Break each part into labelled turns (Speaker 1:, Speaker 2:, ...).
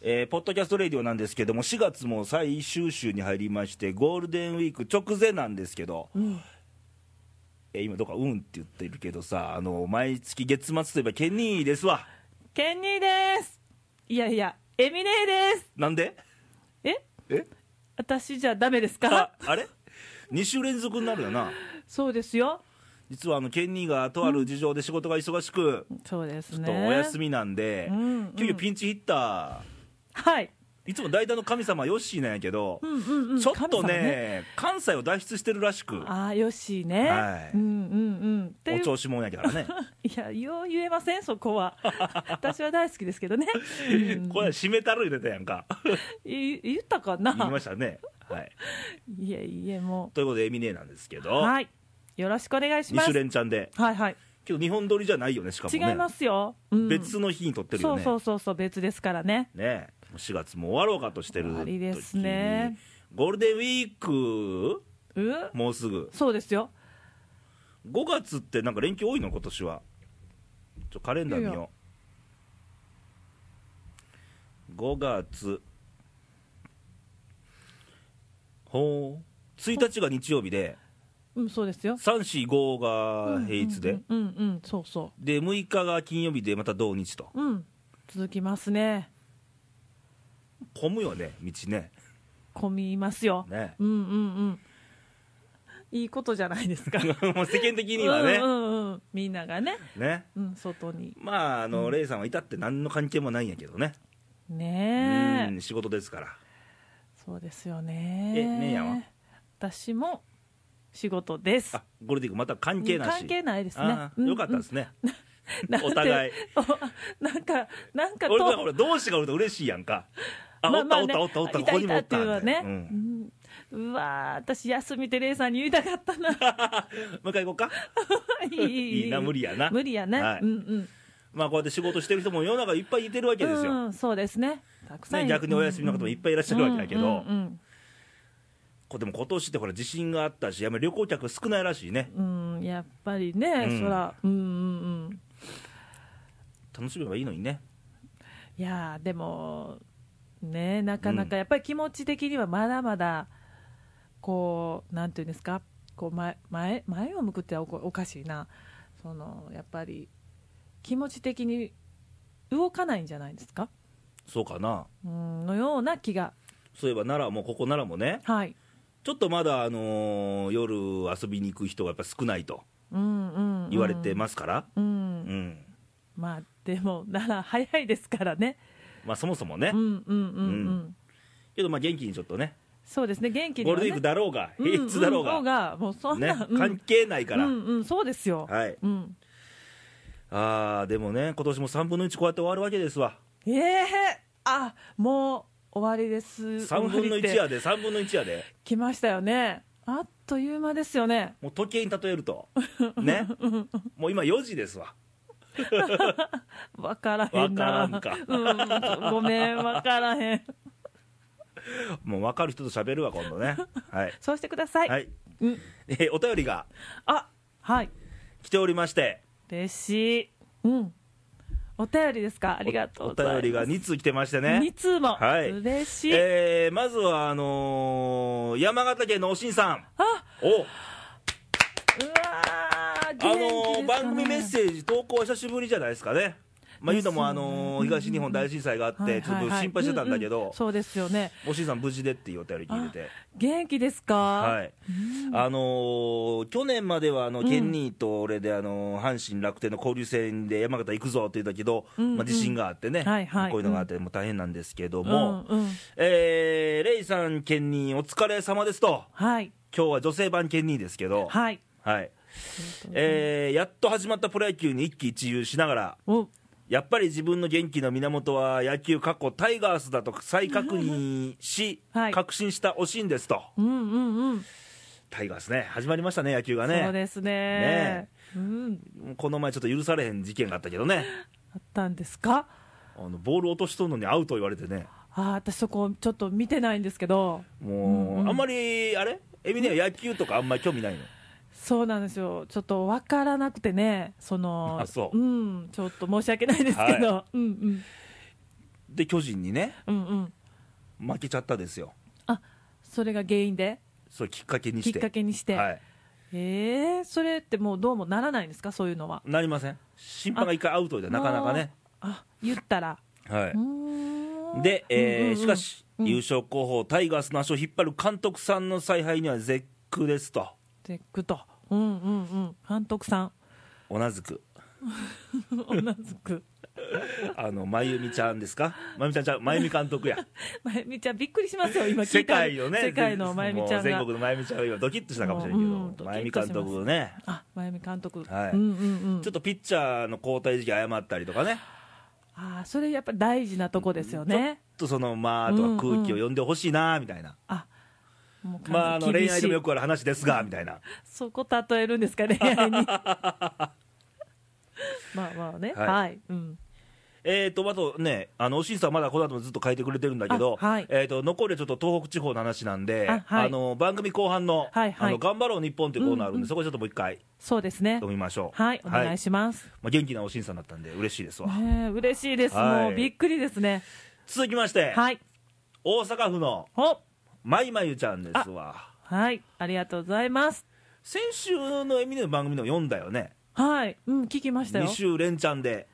Speaker 1: えーポッドキャストレディオなんですけども4月も最終週に入りましてゴールデンウィーク直前なんですけど、えー今どっか「うん」って言ってるけどさあの毎月月末といえばケニーですわ
Speaker 2: ケンニーですいやいやエミネーです
Speaker 1: なんで
Speaker 2: え
Speaker 1: え
Speaker 2: 私じゃダメです
Speaker 1: あ
Speaker 2: か
Speaker 1: あれ2週連続になるよな
Speaker 2: そうですよ
Speaker 1: 実はあのケニーがとある事情で仕事が忙しく、
Speaker 2: そうです
Speaker 1: ちょっ
Speaker 2: ね
Speaker 1: とお休みなんで、
Speaker 2: うん
Speaker 1: 急遽ピンチヒッタ
Speaker 2: はい
Speaker 1: ーいつも代打の神様ヨッシーなんやけど、
Speaker 2: うんうんうん
Speaker 1: ちょっと
Speaker 2: 神様
Speaker 1: ね関西を脱出してるらしく
Speaker 2: ああよしね、
Speaker 1: はい
Speaker 2: うんうんうんってい
Speaker 1: お
Speaker 2: う
Speaker 1: 調子者やからね
Speaker 2: いやよう言えませんそ こは私は大好きですけどね、うん
Speaker 1: これ締めたる言うてたやんか
Speaker 2: い言ったかな
Speaker 1: 言いましたね、はい、
Speaker 2: いえいえも
Speaker 1: ということでエミネーなんですけど、
Speaker 2: うはいよろしくお願いし
Speaker 1: 2
Speaker 2: ます
Speaker 1: 週連チャンで
Speaker 2: はいはい
Speaker 1: けど日本撮りじゃないよねしかも
Speaker 2: 違
Speaker 1: ね
Speaker 2: いますよ、うん
Speaker 1: 別の日に撮ってるよ
Speaker 2: そう
Speaker 1: ね
Speaker 2: そうそうそう別ですからね
Speaker 1: ねえもう4月も終わろうかとしてる
Speaker 2: 終わりです
Speaker 1: 時に
Speaker 2: ね
Speaker 1: ゴールデンウィーク
Speaker 2: う
Speaker 1: もうすぐ
Speaker 2: そうですよ
Speaker 1: 5月ってなんか連休多いの今年はちょカレンダー見
Speaker 2: いやい
Speaker 1: よう5月ほう1日が日曜日で
Speaker 2: うんそうですよ
Speaker 1: 345が平日で、
Speaker 2: うんうんうん、うんうんそうそ
Speaker 1: で6日が金曜日でまた同日と
Speaker 2: ううん続きますね
Speaker 1: 混むよね道ね
Speaker 2: 混みますよ、
Speaker 1: ね
Speaker 2: うんうんうんいいことじゃないですか
Speaker 1: もう世間的にはね、
Speaker 2: うんうんうん、みんながね、
Speaker 1: ね
Speaker 2: うん、外に
Speaker 1: まああの、レイさんはいたって何の関係もないんやけどね、
Speaker 2: ねえ
Speaker 1: うん仕事ですから
Speaker 2: そうですよね
Speaker 1: え姉やんは
Speaker 2: 私も仕事です
Speaker 1: あゴールデンウィークまた関係なし
Speaker 2: 関係ないですね
Speaker 1: あーよかったですね、
Speaker 2: なんて
Speaker 1: お互い
Speaker 2: おなんかなんか
Speaker 1: 俺だから俺同志がおると嬉しいやんかあ、
Speaker 2: ま
Speaker 1: おった
Speaker 2: ま
Speaker 1: おっ
Speaker 2: ね
Speaker 1: たおったおった
Speaker 2: い
Speaker 1: ここにもお
Speaker 2: い
Speaker 1: った
Speaker 2: っていうのは
Speaker 1: みた
Speaker 2: ね
Speaker 1: いなうん
Speaker 2: うんうわー私休みてレイさんに言いたかったな
Speaker 1: もう一回行こうか
Speaker 2: いいい
Speaker 1: いいな無理やな
Speaker 2: 無理やね、
Speaker 1: はい
Speaker 2: うんうん
Speaker 1: まあこうやって仕事してる人も世の中いっぱいいてるわけですよ、
Speaker 2: うんそうですねたくさんい
Speaker 1: ね、
Speaker 2: る
Speaker 1: 逆にお休みの方もいっぱいいらっしゃるわけだけど、
Speaker 2: うんうん
Speaker 1: こうでも今年ってほら地震があったしやっぱり旅行客少ないらしいね
Speaker 2: うんうんやっぱりね、
Speaker 1: うん
Speaker 2: そらうんうんうん
Speaker 1: 楽しめばいいのにね
Speaker 2: いやーでもねなかなかやっぱり気持ち的にはまだまだこうなんていうんですかこう前前前を向くっておこおかしいなそのやっぱり気持ち的に動かないんじゃないですか
Speaker 1: そうかな
Speaker 2: うんのような気が
Speaker 1: そういえば奈良もここ奈良もね
Speaker 2: はい
Speaker 1: ちょっとまだ、あのー夜遊びに行く人がやっぱ少ないと
Speaker 2: うんうん、うん、
Speaker 1: 言われてますから、
Speaker 2: う
Speaker 1: うん
Speaker 2: んまあでもなら早いですからね
Speaker 1: まあ、そもそもね、
Speaker 2: うんうんうんうん、
Speaker 1: うんけどまあ元気にちょっとね
Speaker 2: そうですね元気に
Speaker 1: ゴー
Speaker 2: は
Speaker 1: ルデンウィー
Speaker 2: ね
Speaker 1: クだろうが、平日だろう
Speaker 2: うん
Speaker 1: が、
Speaker 2: んがもうそん
Speaker 1: ね
Speaker 2: な、うん
Speaker 1: 関係ないから、
Speaker 2: うんうんそうですよ、
Speaker 1: はい、
Speaker 2: うん
Speaker 1: あーでもね、今年も3分の1、こうやって終わるわけですわ、
Speaker 2: ええあもう終わりです
Speaker 1: 3分の1
Speaker 2: 終わりっ
Speaker 1: やで、3分の1やで、
Speaker 2: て来ましたよねあっという間ですよね
Speaker 1: もう時計に例えると、ね、もう今4時ですわ、
Speaker 2: わからへんな
Speaker 1: わから
Speaker 2: うん、ごめんわからへん
Speaker 1: もう分かる人と喋るわ、今度 ね。はい、
Speaker 2: そうしてください、
Speaker 1: はい
Speaker 2: うん、
Speaker 1: えーお便りが
Speaker 2: あはい
Speaker 1: 来ておりまして、
Speaker 2: 嬉しいうんお便りですかありがとう
Speaker 1: おお
Speaker 2: ございます
Speaker 1: 便りが2通来てましてね。
Speaker 2: 二通も、
Speaker 1: はい
Speaker 2: 嬉しい、
Speaker 1: えーまずはあのー山形県のおしんさん
Speaker 2: あ
Speaker 1: お、
Speaker 2: うわー元気ですか
Speaker 1: あ
Speaker 2: ね
Speaker 1: のー番組メッセージ投稿は久しぶりじゃないですかね、まあ、言うとも、
Speaker 2: ですね
Speaker 1: あのー東日本大震災があって、
Speaker 2: はい
Speaker 1: ちょっ
Speaker 2: はい
Speaker 1: と
Speaker 2: はい
Speaker 1: 心配してたんだけど、
Speaker 2: ううそうですよね
Speaker 1: おしんさん、無事でっていうお便り聞いてて、
Speaker 2: 元気ですか
Speaker 1: はいあのー去年まではあの、
Speaker 2: ん
Speaker 1: ケンニーと俺で、あのー阪神、楽天の交流戦で山形行くぞって言ったけど、
Speaker 2: うんうん
Speaker 1: まあ、地震があってね、
Speaker 2: はいはい
Speaker 1: こういうのがあって、もう大変なんですけども、
Speaker 2: うんうん、
Speaker 1: えーレイさん、ケンニー、お疲れ様ですと。
Speaker 2: はい
Speaker 1: 今日は女性版ケンニーですけど、
Speaker 2: はい
Speaker 1: はいえーやっと始まったプロ野球に一喜一憂しながら、
Speaker 2: お
Speaker 1: やっぱり自分の元気の源は野球、過去タイガースだと再確認し、
Speaker 2: はい
Speaker 1: 確信したおしんですと、
Speaker 2: うんうんうん、
Speaker 1: タイガースね、始まりましたね、野球が
Speaker 2: そう
Speaker 1: ね、
Speaker 2: ですね
Speaker 1: ね
Speaker 2: うん、
Speaker 1: この前、ちょっと許されへん事件があったけどね、
Speaker 2: あったんですか
Speaker 1: あのボール落としとんのにアウト言われてね、
Speaker 2: あー私そこちょっと見てないんですけど
Speaker 1: もう、
Speaker 2: うんうん
Speaker 1: あんまり、あれ、エミネは野球とかあんまり興味ないの、
Speaker 2: そうなんですよちょっと分からなくてねその、
Speaker 1: あそうん
Speaker 2: ちょっと申し訳ないですけど、
Speaker 1: は
Speaker 2: うんうん
Speaker 1: で巨人にね
Speaker 2: うんうん
Speaker 1: 負けちゃったですよ
Speaker 2: あそれが原因で
Speaker 1: そうきっかけに
Speaker 2: き
Speaker 1: し
Speaker 2: ってかけにして、
Speaker 1: はい、
Speaker 2: えー、それってもうどうもならないんですかそういうのは
Speaker 1: なりません審判が一回アウトでなかなかね
Speaker 2: もうあ言ったら
Speaker 1: は
Speaker 2: う
Speaker 1: い
Speaker 2: ーん
Speaker 1: で、えー
Speaker 2: うんうんうん
Speaker 1: しかし、
Speaker 2: うん
Speaker 1: 優勝候補タイガースの足を引っ張る監督さんの采配には絶句ですと
Speaker 2: でグッとうんうんうん監督さん
Speaker 1: 同じく
Speaker 2: おなずく
Speaker 1: あの真由美ちゃんですか真由美ちゃんちゃう真由美監督や
Speaker 2: まゆみちゃんびっくりしますよ今聞
Speaker 1: 世
Speaker 2: いたら
Speaker 1: 界のね
Speaker 2: 世界のまゆみちゃん
Speaker 1: もう全
Speaker 2: が
Speaker 1: 国の真由美ちゃんが今ドキッとしたかもしれん
Speaker 2: うん
Speaker 1: け
Speaker 2: ド
Speaker 1: ど
Speaker 2: キッと
Speaker 1: 真由美監督のね
Speaker 2: あまゆみ監督、
Speaker 1: はい
Speaker 2: うんうんうん
Speaker 1: ちょっとピッチャーの交代時期誤ったりとかね
Speaker 2: あーそれやっぱ大事なとこです
Speaker 1: ちょ
Speaker 2: よ
Speaker 1: っ
Speaker 2: ね
Speaker 1: とそのまあとか空気を読んでほしいなみたいな、
Speaker 2: あもうかなり
Speaker 1: まああの
Speaker 2: 厳しい
Speaker 1: 恋愛でもよくある話ですがみたいな
Speaker 2: そこ例えるんですか恋愛 にまあまあねは、
Speaker 1: はいい
Speaker 2: うん
Speaker 1: えー、とあとね、あのおしんさん、まだこの後もずっと書いてくれてるんだけど、
Speaker 2: あはい
Speaker 1: えー、と残りはちょっと東北地方の話なんで、
Speaker 2: あ
Speaker 1: あ、
Speaker 2: はい
Speaker 1: の番組後半の,、
Speaker 2: はいはい
Speaker 1: あの頑張ろう日本というコーナーあるんで、
Speaker 2: うんうん
Speaker 1: そこでちょっともう一回
Speaker 2: そうですね
Speaker 1: 読みましょう。
Speaker 2: はいお願いします、
Speaker 1: まあ、元気なおしんさんだったんで、嬉しいですわ。
Speaker 2: ねえ嬉しいです、
Speaker 1: はい
Speaker 2: もうびっくりですね
Speaker 1: 続きまして、
Speaker 2: はい
Speaker 1: 大阪府の
Speaker 2: お
Speaker 1: まいまゆちゃんですわ。
Speaker 2: はいありがとうございます
Speaker 1: 先週のエミネの番組でも読んだよね、
Speaker 2: はいうん聞きましたよ
Speaker 1: 2週連チャンで、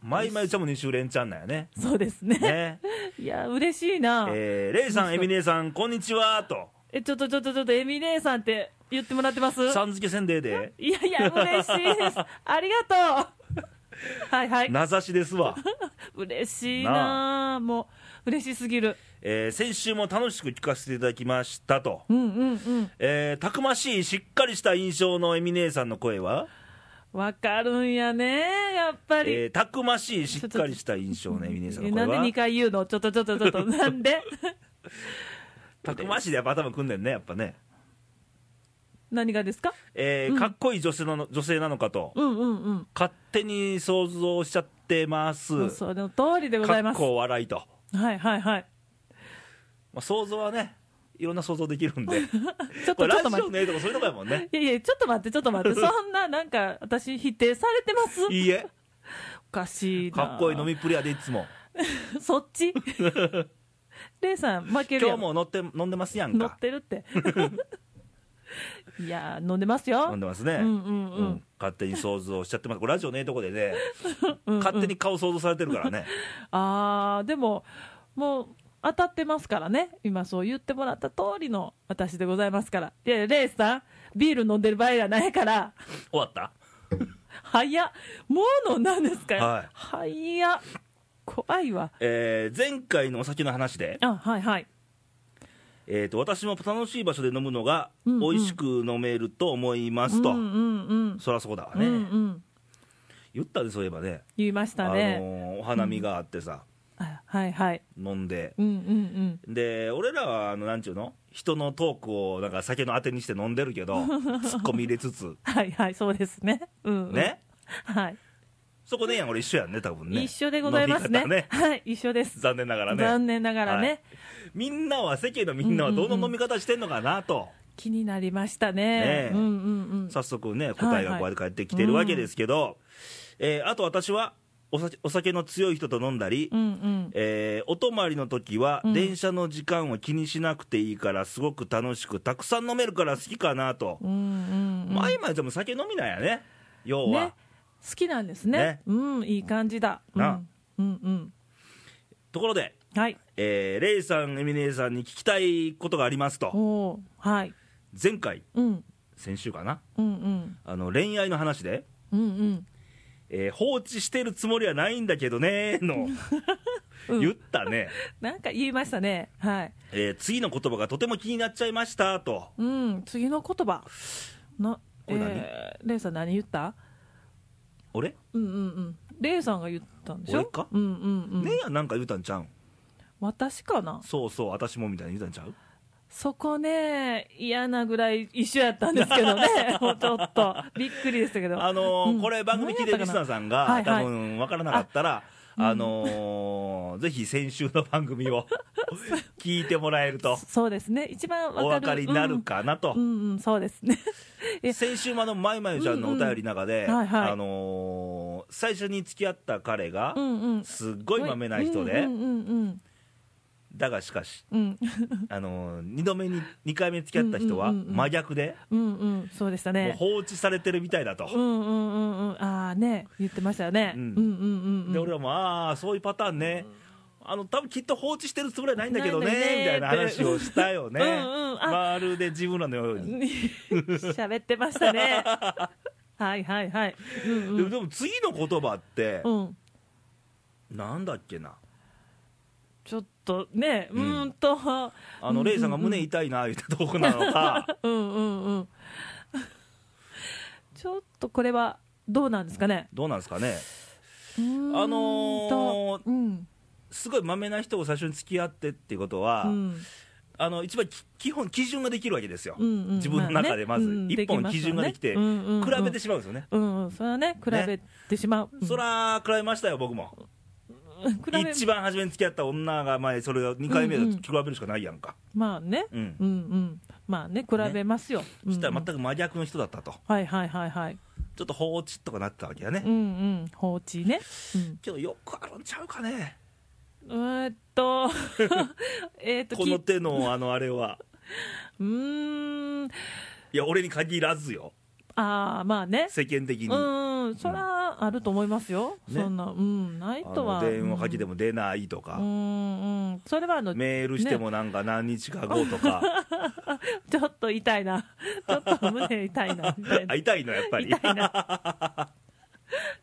Speaker 1: まいまゆちゃんも2週連チャンなんやね。
Speaker 2: そうです ね
Speaker 1: ね
Speaker 2: いや嬉しいなえ
Speaker 1: えー、レイさん、エミネさん、こんにちはと、
Speaker 2: ちょっとちょっとちょっとエミ姉さんって言ってもらってます
Speaker 1: さん付けせんでえで、
Speaker 2: いやいや嬉しい ですありがとうはいはい
Speaker 1: 名指しです わ。
Speaker 2: 嬉しいなもう嬉しすぎる
Speaker 1: えー先週も楽しく聞かせていただきましたと、
Speaker 2: うんうんうん
Speaker 1: えーたくましいしっかりした印象のエミ姉さんの声は、
Speaker 2: わかるんやねやっぱり、
Speaker 1: えーたくましいしっかりした印象のエミ姉さんの声
Speaker 2: なんで
Speaker 1: は
Speaker 2: 2回言うのちょっとちょっとちょ っとなんで
Speaker 1: たくましいでやっぱ頭くんでんねやっぱね、
Speaker 2: 何がですか
Speaker 1: えーかっこいい女性なの女性なのかと、
Speaker 2: うんうんうん
Speaker 1: 勝手に想像しちゃってます
Speaker 2: もうその通りでござ
Speaker 1: か
Speaker 2: いま
Speaker 1: っ
Speaker 2: す
Speaker 1: こ笑いと、
Speaker 2: はいはいはい
Speaker 1: まあ、想像はねいろんな想像できるんで
Speaker 2: ちょっ
Speaker 1: ことれ
Speaker 2: ちょっ
Speaker 1: ラジ
Speaker 2: と待っ
Speaker 1: オのええとこそういうとこやもん ね
Speaker 2: ていやいやちょっと待ってちょっと待 ってそんななんか私否定されてます
Speaker 1: いいえ
Speaker 2: おかしいな
Speaker 1: かっこいい飲みっぷりやでいつも
Speaker 2: そっ ちレイさん負ける
Speaker 1: 今
Speaker 2: や
Speaker 1: 日
Speaker 2: ん
Speaker 1: も乗って飲んでますやん
Speaker 2: 乗っ
Speaker 1: か
Speaker 2: てるって いや飲んでますよ
Speaker 1: 飲んでますね、
Speaker 2: うんうんうん
Speaker 1: うん勝手に想像しちゃってます、これラジオねえとこで ね、勝手に顔想像されてるからね、
Speaker 2: あーでももう当たってますからね今そう言ってもらった通りの私でございますからいやいやレイさんビール飲んでる場合じゃないから
Speaker 1: 終わった
Speaker 2: 早っもう飲んだんですか
Speaker 1: はい
Speaker 2: 早っ怖いわ
Speaker 1: えー前回のお酒の話で、
Speaker 2: あはいはい
Speaker 1: えーと、私も楽しい場所で飲むのが、
Speaker 2: うんうん
Speaker 1: 美味しく飲めると思いますと、
Speaker 2: うんうんうん、
Speaker 1: そりゃそうだわ
Speaker 2: う
Speaker 1: ね、
Speaker 2: んうん
Speaker 1: 言ったで、そういえばね、
Speaker 2: 言いまし
Speaker 1: あ
Speaker 2: た
Speaker 1: の
Speaker 2: ね、
Speaker 1: ーお花見があってさ、
Speaker 2: あはいはい
Speaker 1: 飲んで、
Speaker 2: うんうん
Speaker 1: で俺らはあの、なんちゅうの、人のトークをなんか酒のあてにして飲んでるけど、 ツッコミ入れつつ、
Speaker 2: うんはいはいそうですねうん、うん、
Speaker 1: ね、
Speaker 2: はい、
Speaker 1: そこねえやん、俺、一緒やんね、多分ね。
Speaker 2: 一緒でございますね
Speaker 1: 飲み方ね
Speaker 2: はい一緒です
Speaker 1: 残念ながらね。
Speaker 2: 残念ながらね、
Speaker 1: はいみんなは、世間のみんなはどの飲み方してんのかなと、
Speaker 2: 気になりましたね
Speaker 1: ねえ
Speaker 2: うんうんうん
Speaker 1: 早速ね、答えがこうやって返ってきてるわけですけど、えーあと私はお酒、お酒の強い人と飲んだり、
Speaker 2: うんうん、
Speaker 1: えーお泊まりの時は、
Speaker 2: うん
Speaker 1: 電車の時間を気にしなくていいから、すごく楽しく、たくさん飲めるから好きかなと、
Speaker 2: うんうんうん
Speaker 1: まいまいちゃんも酒飲みなんやね、要は。
Speaker 2: ね、好きなんですね
Speaker 1: ね
Speaker 2: うんいい感じだ、うん、
Speaker 1: な
Speaker 2: うんうん
Speaker 1: ところで、
Speaker 2: はい
Speaker 1: えーレイさん、エミネーさんに聞きたいことがあります
Speaker 2: お
Speaker 1: と、
Speaker 2: おーはい、
Speaker 1: 前回、
Speaker 2: うん、
Speaker 1: 先週かな、
Speaker 2: うんうん
Speaker 1: あの恋愛の話で。
Speaker 2: うんうん
Speaker 1: えー放置してるつもりはないんだけどねの、
Speaker 2: うん
Speaker 1: 言ったね、
Speaker 2: なんか言いましたねはい
Speaker 1: えー次の言葉がとても気になっちゃいましたと、
Speaker 2: うん次の言葉な
Speaker 1: これ何
Speaker 2: えーレイさん何言った
Speaker 1: 俺、
Speaker 2: うんうんうんレイさんが言ったんでしょ
Speaker 1: 俺か
Speaker 2: うんうんうん、
Speaker 1: ねえやんなんか言うたんちゃうん、
Speaker 2: 私かな
Speaker 1: そうそう、私もみたいに言うたんちゃう
Speaker 2: そこね、嫌なぐらい一緒やったんですけど ね、もうちょっと、びっくりでしたけど。
Speaker 1: あのー
Speaker 2: うん
Speaker 1: これ、番組聞いてるリスナーさんが、
Speaker 2: 何やったかなはいはい
Speaker 1: 多分わからなかったら、あ、のーぜひ先週の番組 を聞いてもらえると、
Speaker 2: そうですね、一番わかる
Speaker 1: お分かりになるかなと
Speaker 2: う。ん、うんうんそうですね。え
Speaker 1: 先週もあの、まゆまゆちゃんのお便りの中で、
Speaker 2: うんうんはいはい
Speaker 1: あのの最初に付き合った彼が
Speaker 2: うんうんす
Speaker 1: すっごいまめな人で、
Speaker 2: うんうんうん
Speaker 1: だがしかし
Speaker 2: うんうん
Speaker 1: あの2度目に2回目付き合った人は
Speaker 2: うんうんうんうん
Speaker 1: 真逆で、
Speaker 2: うんうんそうでした
Speaker 1: もう
Speaker 2: ね
Speaker 1: 放置されてるみたいだと、
Speaker 2: うんうんうんうんああね言ってましたよね、
Speaker 1: う
Speaker 2: うんん、うんうんうん
Speaker 1: で俺はもうああそういうパターンね、あの多分きっと放置してるつもりはないんだけどね
Speaker 2: ないんだよね
Speaker 1: みたいな話をしたよね
Speaker 2: うんうんあ
Speaker 1: まるで自分らのように、
Speaker 2: 喋ってまし たねはいはいはいうんう
Speaker 1: でも
Speaker 2: ん
Speaker 1: でも次の言葉って、
Speaker 2: うん
Speaker 1: なんだっけな
Speaker 2: ちょっとねう
Speaker 1: うん
Speaker 2: ーんと
Speaker 1: あのレイさんが胸痛いな言ったとこなの か
Speaker 2: うんうんうんちょっとこれはどうなんですかね
Speaker 1: どうなんですかね
Speaker 2: あ
Speaker 1: あのー
Speaker 2: うん
Speaker 1: すごいまめな人を最初に付き合ってっていうことは、
Speaker 2: うん
Speaker 1: あの一番き基本基準ができるわけですよ、
Speaker 2: うんうん
Speaker 1: 自分の中でまず
Speaker 2: あねうん
Speaker 1: 一本
Speaker 2: できますよね
Speaker 1: 基準ができて
Speaker 2: うんうんうん
Speaker 1: 比べてしまうんですよね、
Speaker 2: うんうんそれはね比べてしまう、うん
Speaker 1: そら比べましたよ僕も
Speaker 2: 比べ
Speaker 1: 一番初めに付き合った女が前それを2回目で比べるしかないやんか、
Speaker 2: まあね
Speaker 1: うん
Speaker 2: うんうんまあね比べますよ、うん
Speaker 1: そしたら全く真逆の人だったと
Speaker 2: はいはいはいはい
Speaker 1: ちょっと放置とかなってたわけだね、
Speaker 2: うんうん放置ね、うん
Speaker 1: けどよくあるんちゃうかね
Speaker 2: うーんと えーっと
Speaker 1: こ
Speaker 2: き
Speaker 1: の手のあのあれは
Speaker 2: うーん
Speaker 1: いや俺に限らずよ
Speaker 2: ああまあね
Speaker 1: 世間的に、
Speaker 2: うんそらあると思いますよ、
Speaker 1: ね
Speaker 2: そんなうんない
Speaker 1: あ
Speaker 2: とは
Speaker 1: の電話かけて
Speaker 2: も
Speaker 1: も出ないと
Speaker 2: う
Speaker 1: か、
Speaker 2: んうんそれはあの
Speaker 1: メールしてもなんか何日か後とか、
Speaker 2: ちょっと痛 いなちょっと胸痛いなみたいな
Speaker 1: あ痛いのやっぱり
Speaker 2: 痛いな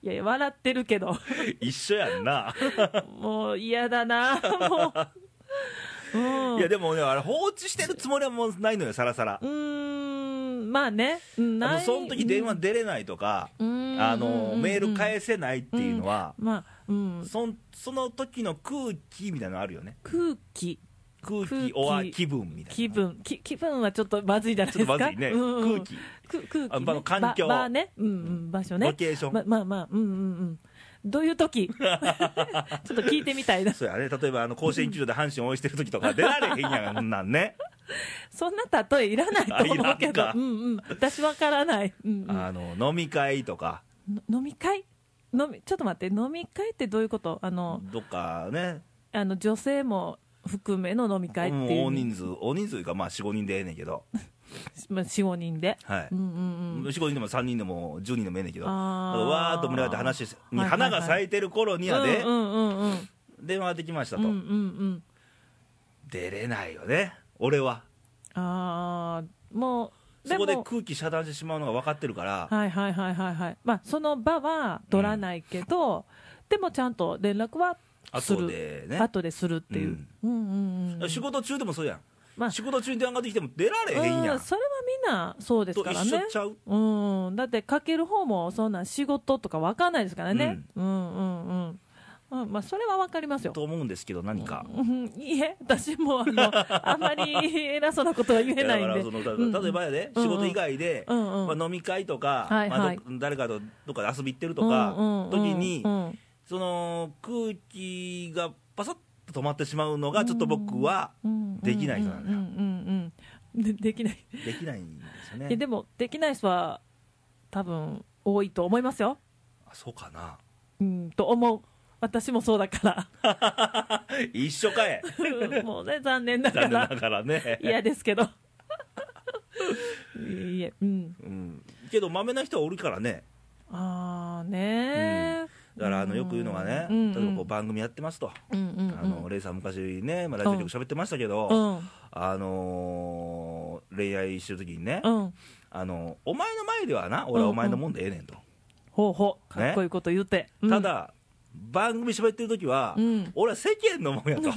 Speaker 2: いやいや笑ってるけど
Speaker 1: 一緒やんな、
Speaker 2: もう嫌だなもううん
Speaker 1: いやでもねあれ放置してるつもりはもうないのよさらさら
Speaker 2: うーんまあねうん
Speaker 1: あ
Speaker 2: な
Speaker 1: の
Speaker 2: い
Speaker 1: その時電話出れないとか、
Speaker 2: うん
Speaker 1: あのメール
Speaker 2: え
Speaker 1: 返せないっていうのは、
Speaker 2: まあうん
Speaker 1: そんその時の空気みたいなのあるよね
Speaker 2: 空気
Speaker 1: 空
Speaker 2: 空
Speaker 1: 気
Speaker 2: 気
Speaker 1: おわ気分みたいな
Speaker 2: 気分き気分はちょっとまずいじゃ ない
Speaker 1: ちょ
Speaker 2: で
Speaker 1: っ
Speaker 2: す
Speaker 1: と
Speaker 2: か
Speaker 1: まずいね、
Speaker 2: うんうん
Speaker 1: 空気、
Speaker 2: く空気、
Speaker 1: あまあ環境
Speaker 2: ば場ね、うんうん、場所ね
Speaker 1: ロケーション、
Speaker 2: ままあまあうんうんうんどうい う時ちょっと聞いてみたいな
Speaker 1: そうやね例えばあの甲子園球場で阪神応援してる時 とか出られへんやんこんなんね
Speaker 2: そんな例えいらないと思うけど
Speaker 1: あいらんか
Speaker 2: うんうん私わからない、うんうん
Speaker 1: あの飲み会とか
Speaker 2: の飲み会飲みちょっと待って飲み会ってどういうことあの
Speaker 1: どっかね
Speaker 2: あの女性も含めの飲み会っ
Speaker 1: うん
Speaker 2: ていう
Speaker 1: 大人数大人数いうかまあ45人でええねんけど
Speaker 2: まあ、45人で、
Speaker 1: はい、
Speaker 2: うんうんうん
Speaker 1: 45人でも3人でも10人でもええねんけどだか
Speaker 2: あー
Speaker 1: らわーっと盛り上がって話しに
Speaker 2: はいはいはい
Speaker 1: 花が咲いてる頃にはで
Speaker 2: うんうんうんうん
Speaker 1: 電話ができました
Speaker 2: うん
Speaker 1: と、
Speaker 2: うんうん
Speaker 1: 出れないよね俺は
Speaker 2: ああもう
Speaker 1: そこで
Speaker 2: も
Speaker 1: 空気遮断してしまうのが分かってるから、
Speaker 2: はいはいはいはいはいまあその場は取らないけど、でもちゃんと連絡はする
Speaker 1: 後でね
Speaker 2: 後でするっていう、うん、うんうんうん
Speaker 1: 仕事中でもそうやん、
Speaker 2: まあ
Speaker 1: 仕事中に電話ができても出られへんやん、
Speaker 2: うんそれはみんなそうです
Speaker 1: と
Speaker 2: から
Speaker 1: 一
Speaker 2: ね
Speaker 1: 緒ちゃう
Speaker 2: うん、だってかける方もそんなん仕事とかわかんないですからね、うん、うんうんうんまあそれはわかりますよ
Speaker 1: と思うんですけど何か、
Speaker 2: うんいえ私もあのあんまり偉そうなことは言え
Speaker 1: だ
Speaker 2: ない
Speaker 1: か
Speaker 2: んで
Speaker 1: らそのだ
Speaker 2: うんうん
Speaker 1: 例えばやで、
Speaker 2: うん
Speaker 1: 仕事以外で、
Speaker 2: うんうん
Speaker 1: まあ、飲み会とか、
Speaker 2: はい
Speaker 1: まあ、ど
Speaker 2: はい
Speaker 1: 誰かとどっかで遊び行ってるとか、
Speaker 2: うんうんうん
Speaker 1: 時に、
Speaker 2: うん
Speaker 1: その空気がパサッと止まってしまうのがちょっと僕はできない人なんだよ
Speaker 2: うんうんうんうんでできない
Speaker 1: できないんですよね、
Speaker 2: いやでもできない人は多分多いと思いますよ
Speaker 1: あそうかな
Speaker 2: うんと思う私もそうだか
Speaker 1: 一緒かい
Speaker 2: らもうね残念なが
Speaker 1: 残念な
Speaker 2: ら
Speaker 1: がら ね
Speaker 2: 嫌で すけどいえいえうん
Speaker 1: うん、けどまめな人はおるからね
Speaker 2: ああね
Speaker 1: だからあのよく言うのがね、
Speaker 2: うん
Speaker 1: 例えばこう番組やってますと、
Speaker 2: うんうんうん
Speaker 1: あのレイさん昔ね、まあ、ラジオ局喋ってましたけど、
Speaker 2: うん
Speaker 1: あのー恋愛してる時にね、
Speaker 2: うん
Speaker 1: あのお前の前ではな俺はお前のもんでええねんと、
Speaker 2: ほうほうかっこいいこと言うて、うん
Speaker 1: ただ番組喋ってる時は、
Speaker 2: うん
Speaker 1: 俺は世間のもんや と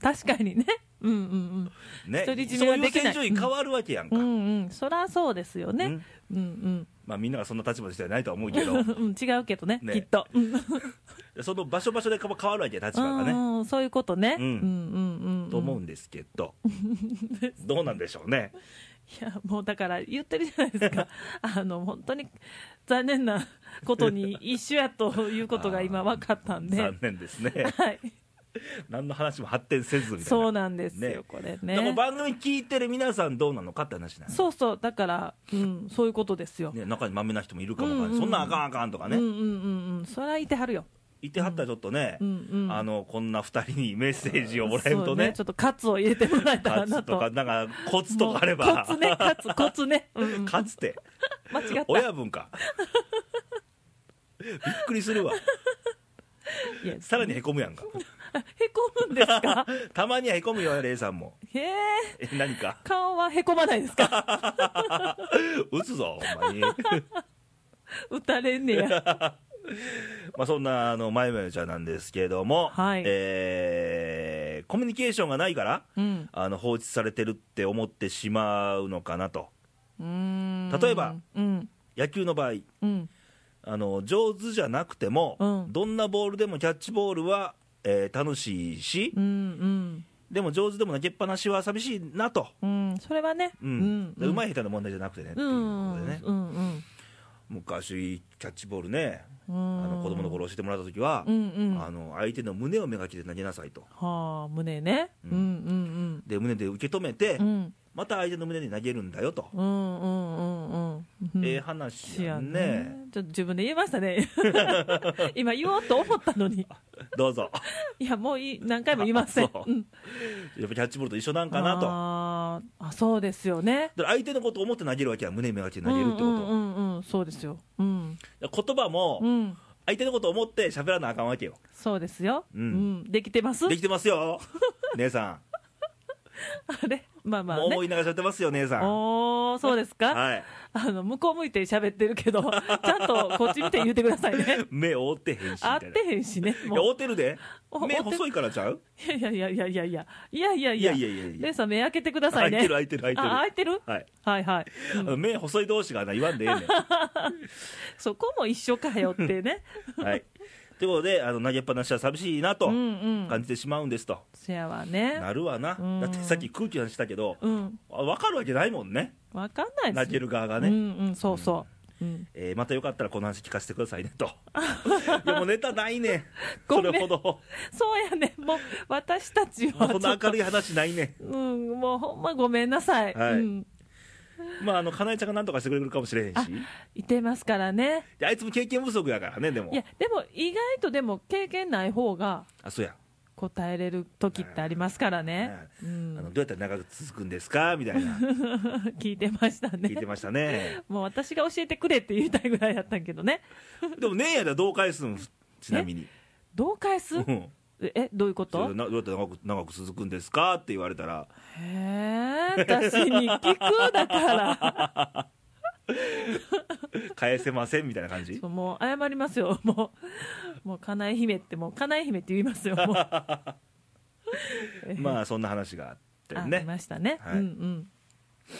Speaker 2: 確か にねうんうん
Speaker 1: ね
Speaker 2: 独り占
Speaker 1: そ
Speaker 2: め
Speaker 1: う
Speaker 2: が
Speaker 1: いう
Speaker 2: でき
Speaker 1: 戦
Speaker 2: ない
Speaker 1: 場に変わるわけやんか、
Speaker 2: うんうんうんそらそうですよね
Speaker 1: うん
Speaker 2: うん
Speaker 1: まあ、みんながそんな立場の人じゃないとは思うけど
Speaker 2: うんうん違うけどね
Speaker 1: ね
Speaker 2: きっとうん
Speaker 1: その場所場所で変わ変わるわけや立場がね、
Speaker 2: うんそういうことね
Speaker 1: う
Speaker 2: うんんうんうんうん
Speaker 1: と思うんですけ ど、どうなんでしょうね
Speaker 2: いやもうだから言ってるじゃないですか あの本当に残 念なことに一緒やということが今分かったんで
Speaker 1: 残念ですね
Speaker 2: はい
Speaker 1: 何の話も発展せずみたいな
Speaker 2: そうなんですよ、
Speaker 1: ね
Speaker 2: これ
Speaker 1: だから
Speaker 2: ね。
Speaker 1: 番組聞いてる皆さんどうなのかって話なん
Speaker 2: そうそう、だから、うん、そういうことですよ。
Speaker 1: ね、中にまめな人もいるかもわかんない、
Speaker 2: うんうん
Speaker 1: そんなんあかんあかんとかね、
Speaker 2: うんうんうんうん、それはいてはるよ。
Speaker 1: 言ってはったらちょっとね、
Speaker 2: うんうん
Speaker 1: あのこんな2人にメッセージをもらえる
Speaker 2: そ
Speaker 1: と
Speaker 2: う
Speaker 1: ね
Speaker 2: ちょっとカツを入れてもらえたら
Speaker 1: 勝
Speaker 2: な
Speaker 1: つ
Speaker 2: と。
Speaker 1: とかなんかコツとかあれ
Speaker 2: もう
Speaker 1: ば
Speaker 2: コツね、カツ、コ ツね。うんうん
Speaker 1: かつて
Speaker 2: 間違った。
Speaker 1: 親分かびっくりするわ
Speaker 2: いや
Speaker 1: さらにへこむやんか
Speaker 2: へこむんで すか
Speaker 1: たまにはへこむよレイさんも
Speaker 2: へえ
Speaker 1: え何か
Speaker 2: 顔はへこまないで すか
Speaker 1: 打つぞほんまに
Speaker 2: 打たれんねや
Speaker 1: まあそんなあのまゆまゆちゃんなんですけども、
Speaker 2: はい
Speaker 1: えーコミュニケーションがないから
Speaker 2: うん
Speaker 1: あの放置されてるって思ってしまうのかなと
Speaker 2: うーん
Speaker 1: 例えば
Speaker 2: うん
Speaker 1: 野球の場合
Speaker 2: うん
Speaker 1: あの上手じゃなくても、
Speaker 2: うん
Speaker 1: どんなボールでもキャッチボールは、えー楽しいし、
Speaker 2: うんうん
Speaker 1: でも上手でも投げっぱなしは寂しいなと、
Speaker 2: うんそれはね
Speaker 1: うんでうまい下手の問題じゃなくてねって
Speaker 2: う
Speaker 1: いうんことでね、
Speaker 2: うんうん
Speaker 1: 昔キャッチボールね、
Speaker 2: うん
Speaker 1: あの子供の頃教えてもらった時は、
Speaker 2: うんうん
Speaker 1: あの相手の胸をめがけて投げなさいと
Speaker 2: はあ胸ねうんうん
Speaker 1: で胸で受け止めて、
Speaker 2: うんうん
Speaker 1: また相手の胸に投げるんだよと、
Speaker 2: うんうんうんうん
Speaker 1: ええ
Speaker 2: うん
Speaker 1: 話
Speaker 2: 違
Speaker 1: や
Speaker 2: うん
Speaker 1: ね
Speaker 2: ねちょっと自分で言いまし たね今言おうと思ったのに
Speaker 1: どうぞ
Speaker 2: いやもういい何回も言いません
Speaker 1: あそう
Speaker 2: うん
Speaker 1: やっぱキャッチボールと一緒なんかなとだか
Speaker 2: あーあそうですよね
Speaker 1: ら相手のことを思って投げるわけは胸めがけて投げるってこと、
Speaker 2: うんうんうんうんそうですようん、
Speaker 1: 言葉も
Speaker 2: うん、
Speaker 1: 相手のことを思って喋らなあかんわけよ
Speaker 2: そうですよ、
Speaker 1: う
Speaker 2: うんんできてます
Speaker 1: できてますよ姉さ
Speaker 2: あれまあ
Speaker 1: ん、
Speaker 2: ま
Speaker 1: もう
Speaker 2: あね
Speaker 1: 思いながら喋ってますよ姉さん
Speaker 2: おーそうですか、
Speaker 1: はい
Speaker 2: あの向こう向いて喋ってる けどちゃんとこっち見て言ってくださいね
Speaker 1: 目覆ってへんしみた
Speaker 2: 合
Speaker 1: い
Speaker 2: っ
Speaker 1: な
Speaker 2: てへんしね
Speaker 1: いや、
Speaker 2: も
Speaker 1: 合うてるで
Speaker 2: お。
Speaker 1: 目
Speaker 2: 合うてる
Speaker 1: 細いからちゃう
Speaker 2: ういやいやいやいやいやいやいやい
Speaker 1: い
Speaker 2: や
Speaker 1: や
Speaker 2: い
Speaker 1: い
Speaker 2: や
Speaker 1: やいやい
Speaker 2: レ
Speaker 1: や。
Speaker 2: イさん目開けてくださいね
Speaker 1: 開いてる開いてる開いてる
Speaker 2: あ開いてる
Speaker 1: はい。
Speaker 2: はいはい、
Speaker 1: あの目細い同士がな言わんでええね
Speaker 2: そこも一緒かよっ てね
Speaker 1: ん。はい。ということで、あの投げっぱなしは寂しいなと
Speaker 2: うんうん
Speaker 1: 感じてしまうんですと。
Speaker 2: せやわね
Speaker 1: なるわな。
Speaker 2: うん
Speaker 1: だってさっき空気の話したけど、
Speaker 2: うん
Speaker 1: あ分かるわけないもんね。
Speaker 2: わかんないで
Speaker 1: 投
Speaker 2: す
Speaker 1: げる側が
Speaker 2: う
Speaker 1: ね。
Speaker 2: んうんそうそう、うん
Speaker 1: えーまたよかったらこの話聞かせてくださいね と。いやもうネタないねん。
Speaker 2: ご
Speaker 1: そ
Speaker 2: めん
Speaker 1: れほど。
Speaker 2: そうやね、もう私たちはちょ
Speaker 1: こ
Speaker 2: っ
Speaker 1: んな
Speaker 2: と、
Speaker 1: 明るい話ないね
Speaker 2: うん、もうほんまごめんなさい、
Speaker 1: はい
Speaker 2: うん、
Speaker 1: ん。まあ、あの、かなえちゃんが何とかしてくれるかもしれへんし。
Speaker 2: いてますからね、
Speaker 1: であいつも経験不足やからね、でも
Speaker 2: い。や、でも意外とでも、経験ない方が
Speaker 1: あ、そうや。
Speaker 2: 答えれる時ってありますからね、う
Speaker 1: あのどう
Speaker 2: ん、
Speaker 1: やったら長く続くんですかみたい な
Speaker 2: 聞いてました
Speaker 1: 聞いて
Speaker 2: ね、
Speaker 1: ましたね
Speaker 2: もう私が教えてくれって言いたいぐらいやったんけどね、
Speaker 1: でもねえやではどう返すのちなみに
Speaker 2: どう返す
Speaker 1: う、ん
Speaker 2: え、どういうこ
Speaker 1: そ
Speaker 2: と
Speaker 1: れなどうやったら長く長く続くんですかって言われたら
Speaker 2: へえ、私に聞くだから、
Speaker 1: 返せませんみたいな感じ
Speaker 2: そうもう謝りますよ、もう、もう、かなえ姫って、もう、かなえ姫って言いますよ、もう。
Speaker 1: まあそんな話があって
Speaker 2: あり
Speaker 1: ね
Speaker 2: ましたね。
Speaker 1: はい
Speaker 2: うんうん。
Speaker 1: い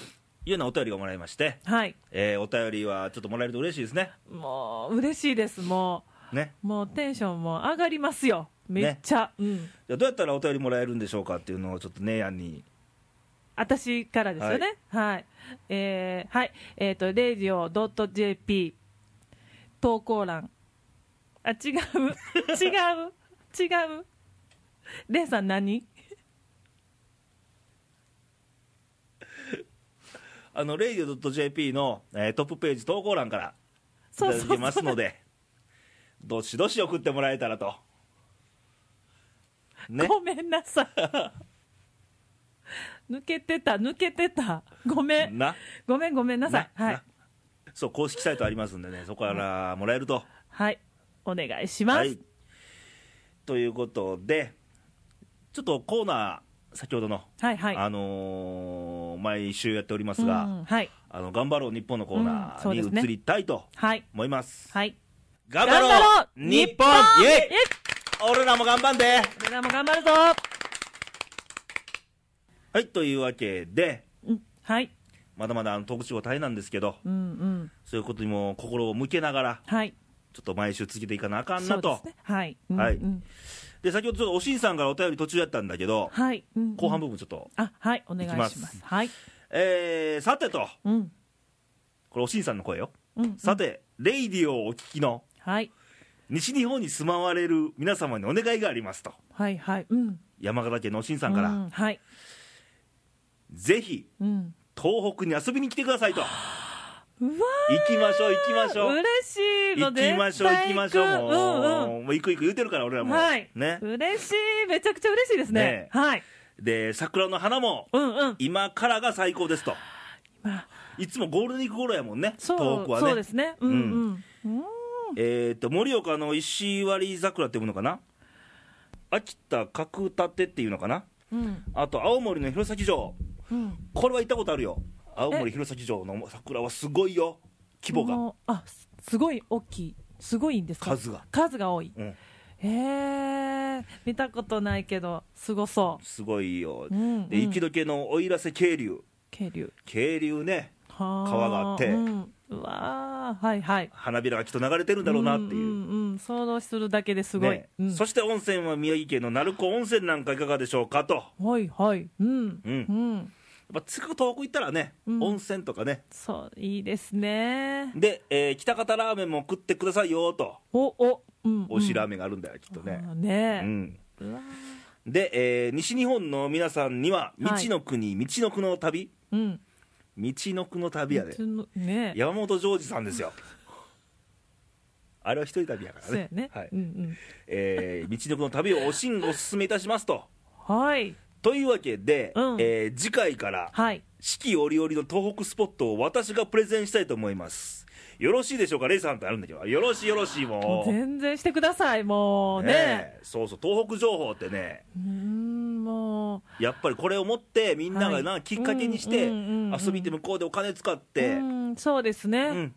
Speaker 1: うようなお便りがもらいまして、
Speaker 2: はい。
Speaker 1: えーお便りはちょっともらえると嬉しいですね
Speaker 2: もう嬉しいです。も
Speaker 1: ね
Speaker 2: うもうテンションも上がりますよ。めっちゃ。うん。
Speaker 1: じゃあどうやったらお便りもらえるんでしょうかっていうのをちょっとねえやんに
Speaker 2: 私からですよね。はい。えーはい。えっ、とレディオドット JP 投稿欄。あ違 う違う違う。レイさん何？
Speaker 1: あの radio.jp の、えートップページ投稿欄からい
Speaker 2: そ
Speaker 1: た
Speaker 2: う
Speaker 1: だ
Speaker 2: そう
Speaker 1: きま
Speaker 2: そ
Speaker 1: す
Speaker 2: う。
Speaker 1: のでどしどし送ってもらえたらとね
Speaker 2: ごめんな さい。抜けてた抜けてた。ごめん
Speaker 1: な
Speaker 2: ごめんごめんなさい。
Speaker 1: な
Speaker 2: はい
Speaker 1: な。そう公式サイトありますんでねそこからもらえると、
Speaker 2: はい、お願いします。
Speaker 1: はいということでちょっとコーナー先ほどの、
Speaker 2: はい、はい、
Speaker 1: あのー毎週やっております
Speaker 2: う
Speaker 1: が
Speaker 2: んはい、
Speaker 1: 「あの頑張ろう日本」のコーナ
Speaker 2: うんそうです
Speaker 1: ーに
Speaker 2: ね
Speaker 1: 移りたいと
Speaker 2: はい、
Speaker 1: 思います、
Speaker 2: はい。
Speaker 1: 頑張ろう日本イ
Speaker 2: イェ
Speaker 1: エイ俺らも頑張んで
Speaker 2: 俺らも頑張るぞ
Speaker 1: はいというわけで
Speaker 2: うん、はい、
Speaker 1: まだまだあの特集は大変なんですけど
Speaker 2: うん、うん、
Speaker 1: そういうことにも心を向けながら
Speaker 2: はい。
Speaker 1: ちょっと毎週続けていかなあかん
Speaker 2: そ
Speaker 1: な
Speaker 2: うで
Speaker 1: と
Speaker 2: すね。はい、うん
Speaker 1: はい
Speaker 2: うん
Speaker 1: で先ほどちょっとおしんさんからお便り途中やったんだけど、
Speaker 2: はい、うん
Speaker 1: 後半部分ちょっと、
Speaker 2: あ、はい、お願いします。
Speaker 1: いきます
Speaker 2: はい、
Speaker 1: えー、さてと
Speaker 2: うん、
Speaker 1: これおしんさんの声よ
Speaker 2: うん、
Speaker 1: さて、レイディオをお聞きの
Speaker 2: はい、
Speaker 1: 西日本に住まわれる皆様にお願いがありますと
Speaker 2: はいはいうん
Speaker 1: 山形県のおしんさんから、
Speaker 2: うんはい
Speaker 1: ぜひ
Speaker 2: うん
Speaker 1: 東北に遊びに来てくださいと行
Speaker 2: うわ
Speaker 1: きましょう行きましょう
Speaker 2: 嬉しいの
Speaker 1: 行
Speaker 2: で
Speaker 1: きましょう行きましょうもう,、
Speaker 2: うんうん
Speaker 1: もう行く行く言うてるから俺らも、
Speaker 2: はい
Speaker 1: ね
Speaker 2: 嬉しいめちゃくちゃ嬉しいですね
Speaker 1: ね
Speaker 2: はい
Speaker 1: で桜の花も
Speaker 2: うんうん
Speaker 1: 今からが最高ですと
Speaker 2: まあ
Speaker 1: いつもゴールデンウィーク頃やもんね
Speaker 2: そう
Speaker 1: 東北は
Speaker 2: そう
Speaker 1: ね
Speaker 2: ですねうんうん、うん
Speaker 1: えっ、と盛岡の石割桜って読むのかな秋田角館っていうのかな
Speaker 2: うん
Speaker 1: あと青森の弘前城
Speaker 2: うん、
Speaker 1: これは行ったことあるよ青
Speaker 2: え
Speaker 1: 森弘前城の桜はすごいよ規模が
Speaker 2: もうあすすごい大きいすごいんですか
Speaker 1: 数が
Speaker 2: 数が多い
Speaker 1: うん
Speaker 2: へえ見たことないけどすごそ
Speaker 1: すごいよ
Speaker 2: う、うん、
Speaker 1: で雪解けの奥入瀬渓流
Speaker 2: 渓流
Speaker 1: 渓流ね
Speaker 2: はー
Speaker 1: 川があって
Speaker 2: うん、うわーはいはい
Speaker 1: 花びらがきっと流れてるんだろうなっていう、
Speaker 2: んうんうん、想像するだけですごい、
Speaker 1: ね
Speaker 2: うん、
Speaker 1: そして温泉は宮城県の鳴子温泉なんかいかがでしょうかとやっ
Speaker 2: はいはいうん
Speaker 1: うん
Speaker 2: うん、
Speaker 1: ぱつく遠く行ったらね、
Speaker 2: うん
Speaker 1: 温泉とかね
Speaker 2: そういいですね
Speaker 1: で、えー、北方ラーメンも食ってくださいよと
Speaker 2: おおうん、うん、
Speaker 1: 美味しいラーメンがあるんだよきっとね、
Speaker 2: あー
Speaker 1: う
Speaker 2: ね
Speaker 1: ん、
Speaker 2: え、うわ
Speaker 1: で、えー西日本の皆さんには道
Speaker 2: はい
Speaker 1: の国、道の国の旅
Speaker 2: ーうん
Speaker 1: 道の国の旅やで
Speaker 2: 普通のね
Speaker 1: 山本譲二さんですよあれは一人旅やから
Speaker 2: そうや
Speaker 1: ね
Speaker 2: ね、
Speaker 1: はい
Speaker 2: うん
Speaker 1: えー道の国の旅をおしんおすすめいたしますと
Speaker 2: うんはい
Speaker 1: というわけで、
Speaker 2: うん
Speaker 1: えー次回から
Speaker 2: はい
Speaker 1: 四季折々の東北スポットを私がプレゼンしたいと思いますよろしいでしょうかレイさんってあるんだけどよろしいよろしい
Speaker 2: も
Speaker 1: も
Speaker 2: う
Speaker 1: う
Speaker 2: 全然してくださいもうね
Speaker 1: ねえそうそう東北情報ってね
Speaker 2: うーんもう
Speaker 1: やっぱりこれを持ってみんながな、
Speaker 2: はい
Speaker 1: きっかけにして、
Speaker 2: うんうんうんうん
Speaker 1: 遊びに行って向こうでお金使って、
Speaker 2: うんそうですね、
Speaker 1: うん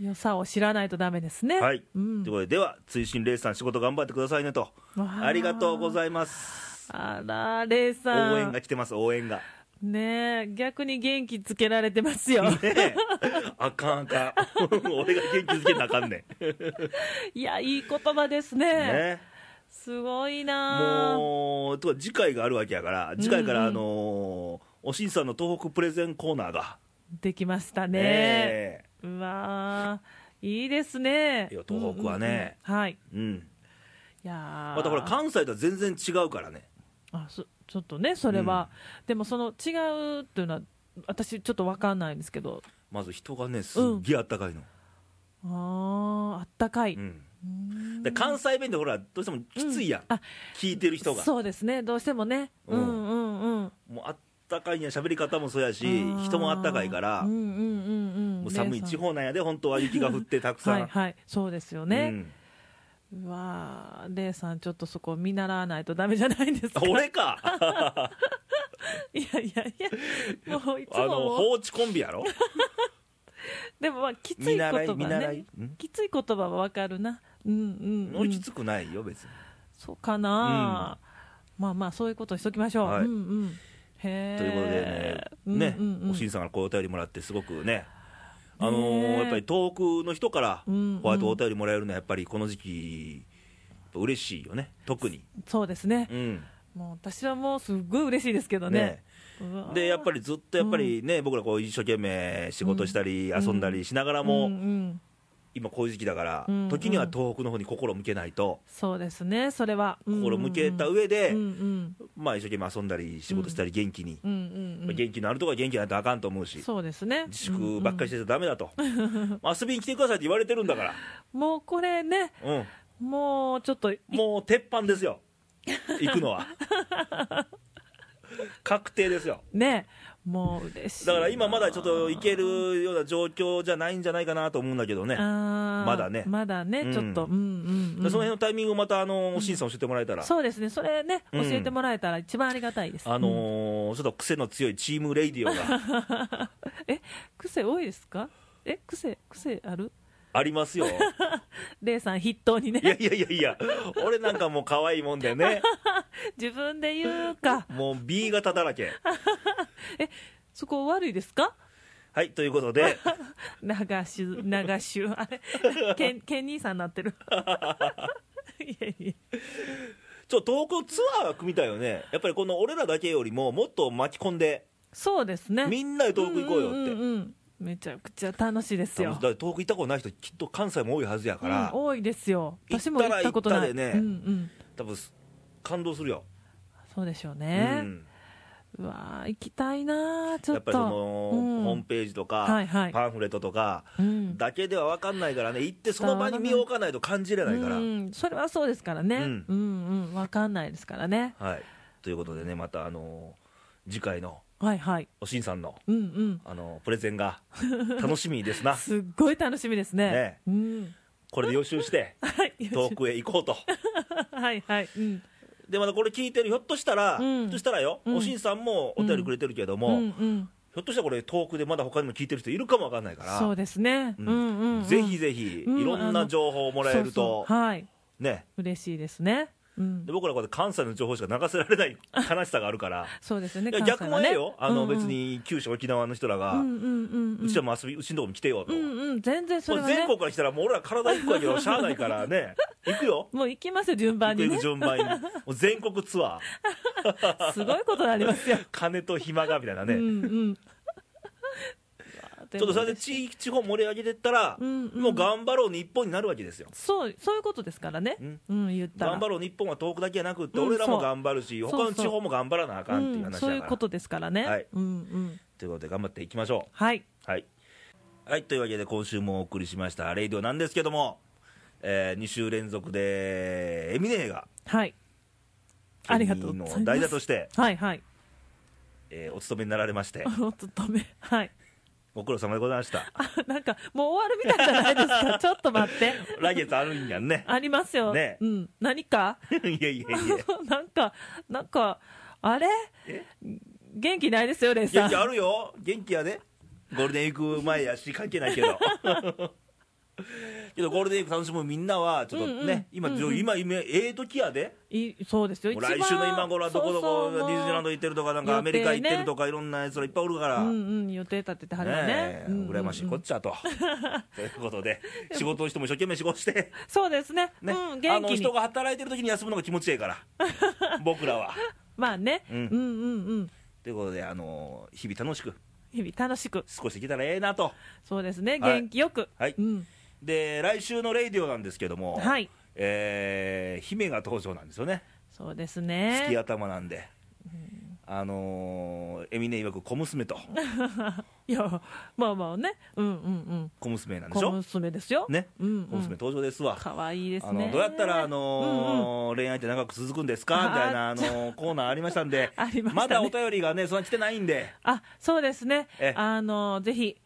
Speaker 2: 良さを知らないとダメですね
Speaker 1: はい、
Speaker 2: うん
Speaker 1: ということででは追伸レイさん仕事頑張ってくださいねと
Speaker 2: わー
Speaker 1: ありがとうございます
Speaker 2: あらレイ
Speaker 1: 応
Speaker 2: さん
Speaker 1: 援が来てます応援が
Speaker 2: ねえ逆に元気つけられてますよ
Speaker 1: ねえあかんあ かん俺が元気づけなあかんねんね
Speaker 2: いやいい言葉ですね
Speaker 1: え
Speaker 2: すごいなあ
Speaker 1: もうとは次回があるわけやから次回から、
Speaker 2: うん
Speaker 1: あ
Speaker 2: うん
Speaker 1: のーおしんさんの東北プレゼンコーナーが
Speaker 2: できましたね、
Speaker 1: え
Speaker 2: うわあいいですね
Speaker 1: いや東北はね、
Speaker 2: うんうんうんはい
Speaker 1: えうん
Speaker 2: いやー
Speaker 1: またほら関西とは全然違うからね
Speaker 2: あそちょっとねそれは、でもその違うっていうのは私ちょっと分かんないんですけど
Speaker 1: まず人がねすっげえあったかいの、
Speaker 2: あーあったかい、
Speaker 1: う
Speaker 2: うんーん
Speaker 1: で関西弁でほらどうしてもきついやん、
Speaker 2: あ
Speaker 1: 聞いてる人が
Speaker 2: そうですねどうしてもね、
Speaker 1: う
Speaker 2: うんん、うんうん
Speaker 1: もうあったかいんや喋り方もそうやし
Speaker 2: あー
Speaker 1: 人もあったかいから、
Speaker 2: うんうんうんうん、
Speaker 1: もう寒い地
Speaker 2: ね
Speaker 1: 方なんやで本当は雪が降ってたく
Speaker 2: さ
Speaker 1: さ
Speaker 2: ん
Speaker 1: ん
Speaker 2: はいはいそうですよね、
Speaker 1: ん
Speaker 2: うわーレイさんちょっとそこ見習わないとダメじゃないですか
Speaker 1: あ俺 か
Speaker 2: いやいやいやもういつ
Speaker 1: あ
Speaker 2: も
Speaker 1: の放置コンビやろ
Speaker 2: でもまあきつ
Speaker 1: 見
Speaker 2: い言葉
Speaker 1: 習い見習
Speaker 2: ね
Speaker 1: い、うん
Speaker 2: きつい言葉は分かるなうんうん、う
Speaker 1: 俺
Speaker 2: ん、
Speaker 1: きつくないよ別に
Speaker 2: そうかな、まあまあそういうことにしときましょう、
Speaker 1: はい
Speaker 2: うんうんへえ
Speaker 1: ということでね,、ねおしんさんからこういうお便りもらってすごくねあのー
Speaker 2: ねえ
Speaker 1: やっぱり東北の人からこ
Speaker 2: う
Speaker 1: うん
Speaker 2: うん
Speaker 1: やってお便りもらえるのはやっぱりこの時期やっぱ嬉しいよね特に、
Speaker 2: そうですね
Speaker 1: う、ん
Speaker 2: もう私はもうすっごい嬉しいですけどね
Speaker 1: ねでやっぱりずっとやっぱりね、僕らこう一生懸命仕事したり遊んだりしながら
Speaker 2: り
Speaker 1: も、
Speaker 2: うんうん
Speaker 1: 今こういう時期だから、
Speaker 2: うんうん
Speaker 1: 時には東北の方に心向けないと
Speaker 2: そうですねそれは、うんうん
Speaker 1: 心向けた上で、
Speaker 2: うんうん
Speaker 1: まあ一生懸命遊んだり仕事したり元気に、
Speaker 2: うんうん
Speaker 1: まあ元気のあるとこは元気ないとあかんと思うし
Speaker 2: そうですね
Speaker 1: 自粛ばっかりしてちゃダメだと、まあ遊びに来てくださいって言われてるんだから、
Speaker 2: うんもうこれね
Speaker 1: うん、
Speaker 2: もうちょっと
Speaker 1: もう鉄板ですよ行くのは確定ですよ
Speaker 2: ねもう嬉しい
Speaker 1: だから今まだちょっと行けるような状況じゃないんじゃないかなと思うんだけどねま
Speaker 2: ま
Speaker 1: だね
Speaker 2: まだね、
Speaker 1: うん
Speaker 2: ちょっと、うんう
Speaker 1: そ
Speaker 2: んうん、
Speaker 1: の辺のタイミングをまたあのおしんさん教えてもらえたら、
Speaker 2: そうですね、それね、
Speaker 1: う
Speaker 2: 教
Speaker 1: ん
Speaker 2: えてもらえたら一番ありがたいです。
Speaker 1: あ
Speaker 2: うん
Speaker 1: のーちょっと癖の強いチームレイディオが
Speaker 2: え、癖多いですかえ、癖、癖ある
Speaker 1: ありますよ。
Speaker 2: レイさん筆頭に
Speaker 1: いや
Speaker 2: ね、
Speaker 1: いやいやいや、俺なんかもう可愛いもんでね、
Speaker 2: 自分で言うか。
Speaker 1: もう B 型だらけ。
Speaker 2: そこ悪いですか
Speaker 1: はい、ということで、
Speaker 2: 流し、 流し、あれ、ケン、ケン兄さんになってる。いやい
Speaker 1: ちょっと東京ツアー組みたいよね。やっぱりこの俺らだけよりももっと巻き込んで、
Speaker 2: そうですね。
Speaker 1: みんなで東北行こうよって。
Speaker 2: んんんうんめちゃくちゃ楽しいです
Speaker 1: だ
Speaker 2: よ
Speaker 1: か。ら遠く行ったことない人、きっと関西も多いはずやから、
Speaker 2: うん多いですよ。
Speaker 1: 行ったら
Speaker 2: 私も行ったことない。
Speaker 1: 行ったでね
Speaker 2: うんうん。
Speaker 1: 多分感動するよ、
Speaker 2: そうでしょうね。
Speaker 1: うん
Speaker 2: うわー行きたいなーちょ
Speaker 1: や
Speaker 2: っと。
Speaker 1: っぱりその、
Speaker 2: うん
Speaker 1: ホームページとか、
Speaker 2: はいはい
Speaker 1: パンフレットとか
Speaker 2: うん
Speaker 1: だけでは分かんないからね、行ってその場に身を置かないと感じれないから。
Speaker 2: うん、それはそうですからね、う
Speaker 1: うんん、
Speaker 2: うん分かんないですからね
Speaker 1: はい、ということでね、また、あのー次回の
Speaker 2: はいはい
Speaker 1: おしんさんの、
Speaker 2: うんうん
Speaker 1: あのープレゼンが楽しみ ですな、
Speaker 2: すっごい楽しみですね
Speaker 1: ね
Speaker 2: うん
Speaker 1: これで予習して、
Speaker 2: はい
Speaker 1: 遠くへ行こうと。
Speaker 2: はいはい、うん、
Speaker 1: でまだこれ聞いてるひょっとしたら、
Speaker 2: うん
Speaker 1: ひょっとしたらよ、
Speaker 2: うん
Speaker 1: おしんさんもお便りくれてるけど
Speaker 2: う
Speaker 1: も、
Speaker 2: んうん
Speaker 1: ひょっとしたらこれ遠くでまだ他にも聞いてる人いるかもわかんないから
Speaker 2: そうですね、う
Speaker 1: うんん
Speaker 2: うんうん
Speaker 1: ぜひぜひい
Speaker 2: うん
Speaker 1: ろんな情報をもらえる
Speaker 2: そ
Speaker 1: と
Speaker 2: う、そうはい
Speaker 1: ね
Speaker 2: 嬉しいですね、うん
Speaker 1: で、僕らこうやって関西の情報しか流せられない悲しさがあるから
Speaker 2: そうですよね
Speaker 1: いや
Speaker 2: 関西は
Speaker 1: 逆もええよ、
Speaker 2: ね
Speaker 1: あの別
Speaker 2: うん
Speaker 1: に九州沖縄の人らが、
Speaker 2: う
Speaker 1: うん
Speaker 2: うんうんうん
Speaker 1: ちらも遊びうちのとこも来てよと、
Speaker 2: うんうん全然それ
Speaker 1: も
Speaker 2: は
Speaker 1: う
Speaker 2: ね
Speaker 1: 全国から来たらもう俺ら体一個やけどしゃあないから ね行くよ
Speaker 2: もう行きますよ順番
Speaker 1: 行く
Speaker 2: に
Speaker 1: 行
Speaker 2: ね
Speaker 1: く順番にもう全国ツ アー
Speaker 2: すごいことになり ますよ、
Speaker 1: 金と暇がみたいなね、
Speaker 2: うん うん
Speaker 1: ちょっとそれで地地方盛り上げてったら、
Speaker 2: うんうん
Speaker 1: もう頑張ろう日本になるわけですよ。
Speaker 2: そうそういうことですからね、
Speaker 1: うん
Speaker 2: うん、言ったら
Speaker 1: 頑張ろう日本は東北だけじゃなくって、
Speaker 2: うん
Speaker 1: 俺らも
Speaker 2: そう
Speaker 1: 頑張るし、
Speaker 2: そう
Speaker 1: 他の地方も頑張らなあかんっていう話
Speaker 2: ん、
Speaker 1: だから。
Speaker 2: そういうことですからね、
Speaker 1: はい
Speaker 2: うんうん、
Speaker 1: ということで頑張っていきましょ
Speaker 2: はい、
Speaker 1: う。はい。はい、というわけで今週もお送りしました「レイディオ」なんですけども、え2週連続でエミネが
Speaker 2: はい、ありがとうございます
Speaker 1: の代打として、
Speaker 2: はい、 はい、
Speaker 1: えーお勤めになられまして
Speaker 2: おっとダメ、はい、
Speaker 1: ご苦労様でございました。
Speaker 2: あなんかもう終わるみたいじゃないで すか、ちょっと待って、
Speaker 1: 来月あるんやんね。
Speaker 2: ありますよ、
Speaker 1: ね
Speaker 2: うん、何か、
Speaker 1: い やいやいや。
Speaker 2: なんか、なんか、あれ
Speaker 1: え、
Speaker 2: 元気ないですよ、レイさ
Speaker 1: 元
Speaker 2: ん
Speaker 1: 気、あるよ元気やでゴールデンウィーク前やし関係ないけどけどゴールデンウィーク楽しむみんなはちょっとね、
Speaker 2: うんうん
Speaker 1: 今
Speaker 2: うんうん
Speaker 1: 今今今ええ時やで
Speaker 2: いそうですよ、
Speaker 1: もう
Speaker 2: 一番
Speaker 1: 来週の今頃はどこどこデ
Speaker 2: そうそうもう
Speaker 1: ィズニーランド行ってるとかなんか
Speaker 2: 予定ね
Speaker 1: アメリカ行ってるとかいろんなやつらいっぱいおるから、
Speaker 2: う
Speaker 1: ね
Speaker 2: んうん、予定立ててはるわね、
Speaker 1: え
Speaker 2: うんうんうん
Speaker 1: 羨ましいこっちゃ とということで仕事をしても一生懸命仕事して、
Speaker 2: そうですね、
Speaker 1: ね
Speaker 2: うん、
Speaker 1: あ
Speaker 2: 元
Speaker 1: の
Speaker 2: 気
Speaker 1: 人
Speaker 2: に、
Speaker 1: が働いてる時に休むのが気持ちいいから僕らは
Speaker 2: まあね、う
Speaker 1: うんん、
Speaker 2: うん、うん、
Speaker 1: ということであの日々楽しく
Speaker 2: 日々楽しく、
Speaker 1: 少しできたらええなと
Speaker 2: そうですね、
Speaker 1: はい
Speaker 2: 元気よく、
Speaker 1: はい
Speaker 2: うん、
Speaker 1: で来週の「レイディオ」なんですけども、
Speaker 2: はい
Speaker 1: えー姫が登場なんですよね、
Speaker 2: そうです
Speaker 1: 月
Speaker 2: ね。
Speaker 1: 頭なんで、あのー、エミネ曰く小娘と、
Speaker 2: いや、まあまあね、うんうん
Speaker 1: 小娘なん
Speaker 2: うん。
Speaker 1: でし
Speaker 2: 小
Speaker 1: ょ、
Speaker 2: 娘ですよ。
Speaker 1: ね
Speaker 2: うん
Speaker 1: 小娘
Speaker 2: うん。
Speaker 1: 登場ですわ。
Speaker 2: 可愛いです
Speaker 1: あ
Speaker 2: ね
Speaker 1: の。どうやったら、あ
Speaker 2: うんうん
Speaker 1: のー恋愛って長く続くんですかみたいな、あのーコーナーありましたんで
Speaker 2: ありましたね
Speaker 1: だお便りがねそんな来てないんで
Speaker 2: あ、そうですね
Speaker 1: え。
Speaker 2: あのぜひ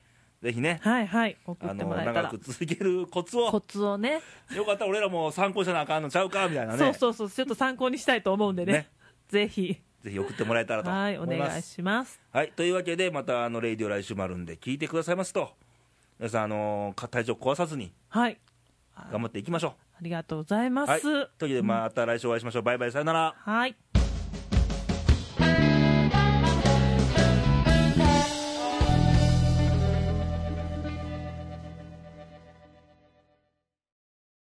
Speaker 1: ぜひね、
Speaker 2: はいはい送
Speaker 1: あ
Speaker 2: って
Speaker 1: の
Speaker 2: もら
Speaker 1: ー
Speaker 2: えた
Speaker 1: 長
Speaker 2: ら
Speaker 1: く。続けるコツを
Speaker 2: コツをね。
Speaker 1: よかったら俺らも参考しなあかんのちゃうかみたいなね
Speaker 2: そうそうそう。ちょっと参考にしたいと思うんでね
Speaker 1: ね。
Speaker 2: ぜひ
Speaker 1: ぜひ送ってもらえたらと思いま
Speaker 2: は
Speaker 1: す。
Speaker 2: いお願いします。
Speaker 1: はい、というわけで、また、あの、レイディオ来週もあるんで、聞いてくださいますと。皆さん、あのーか体調壊さずに、
Speaker 2: はい。
Speaker 1: 頑張っていきましょ。
Speaker 2: ありがとうございうま
Speaker 1: はい。
Speaker 2: す。
Speaker 1: というわけで、また来週お会いしましょう。バイバイ、さよなら。
Speaker 2: はい。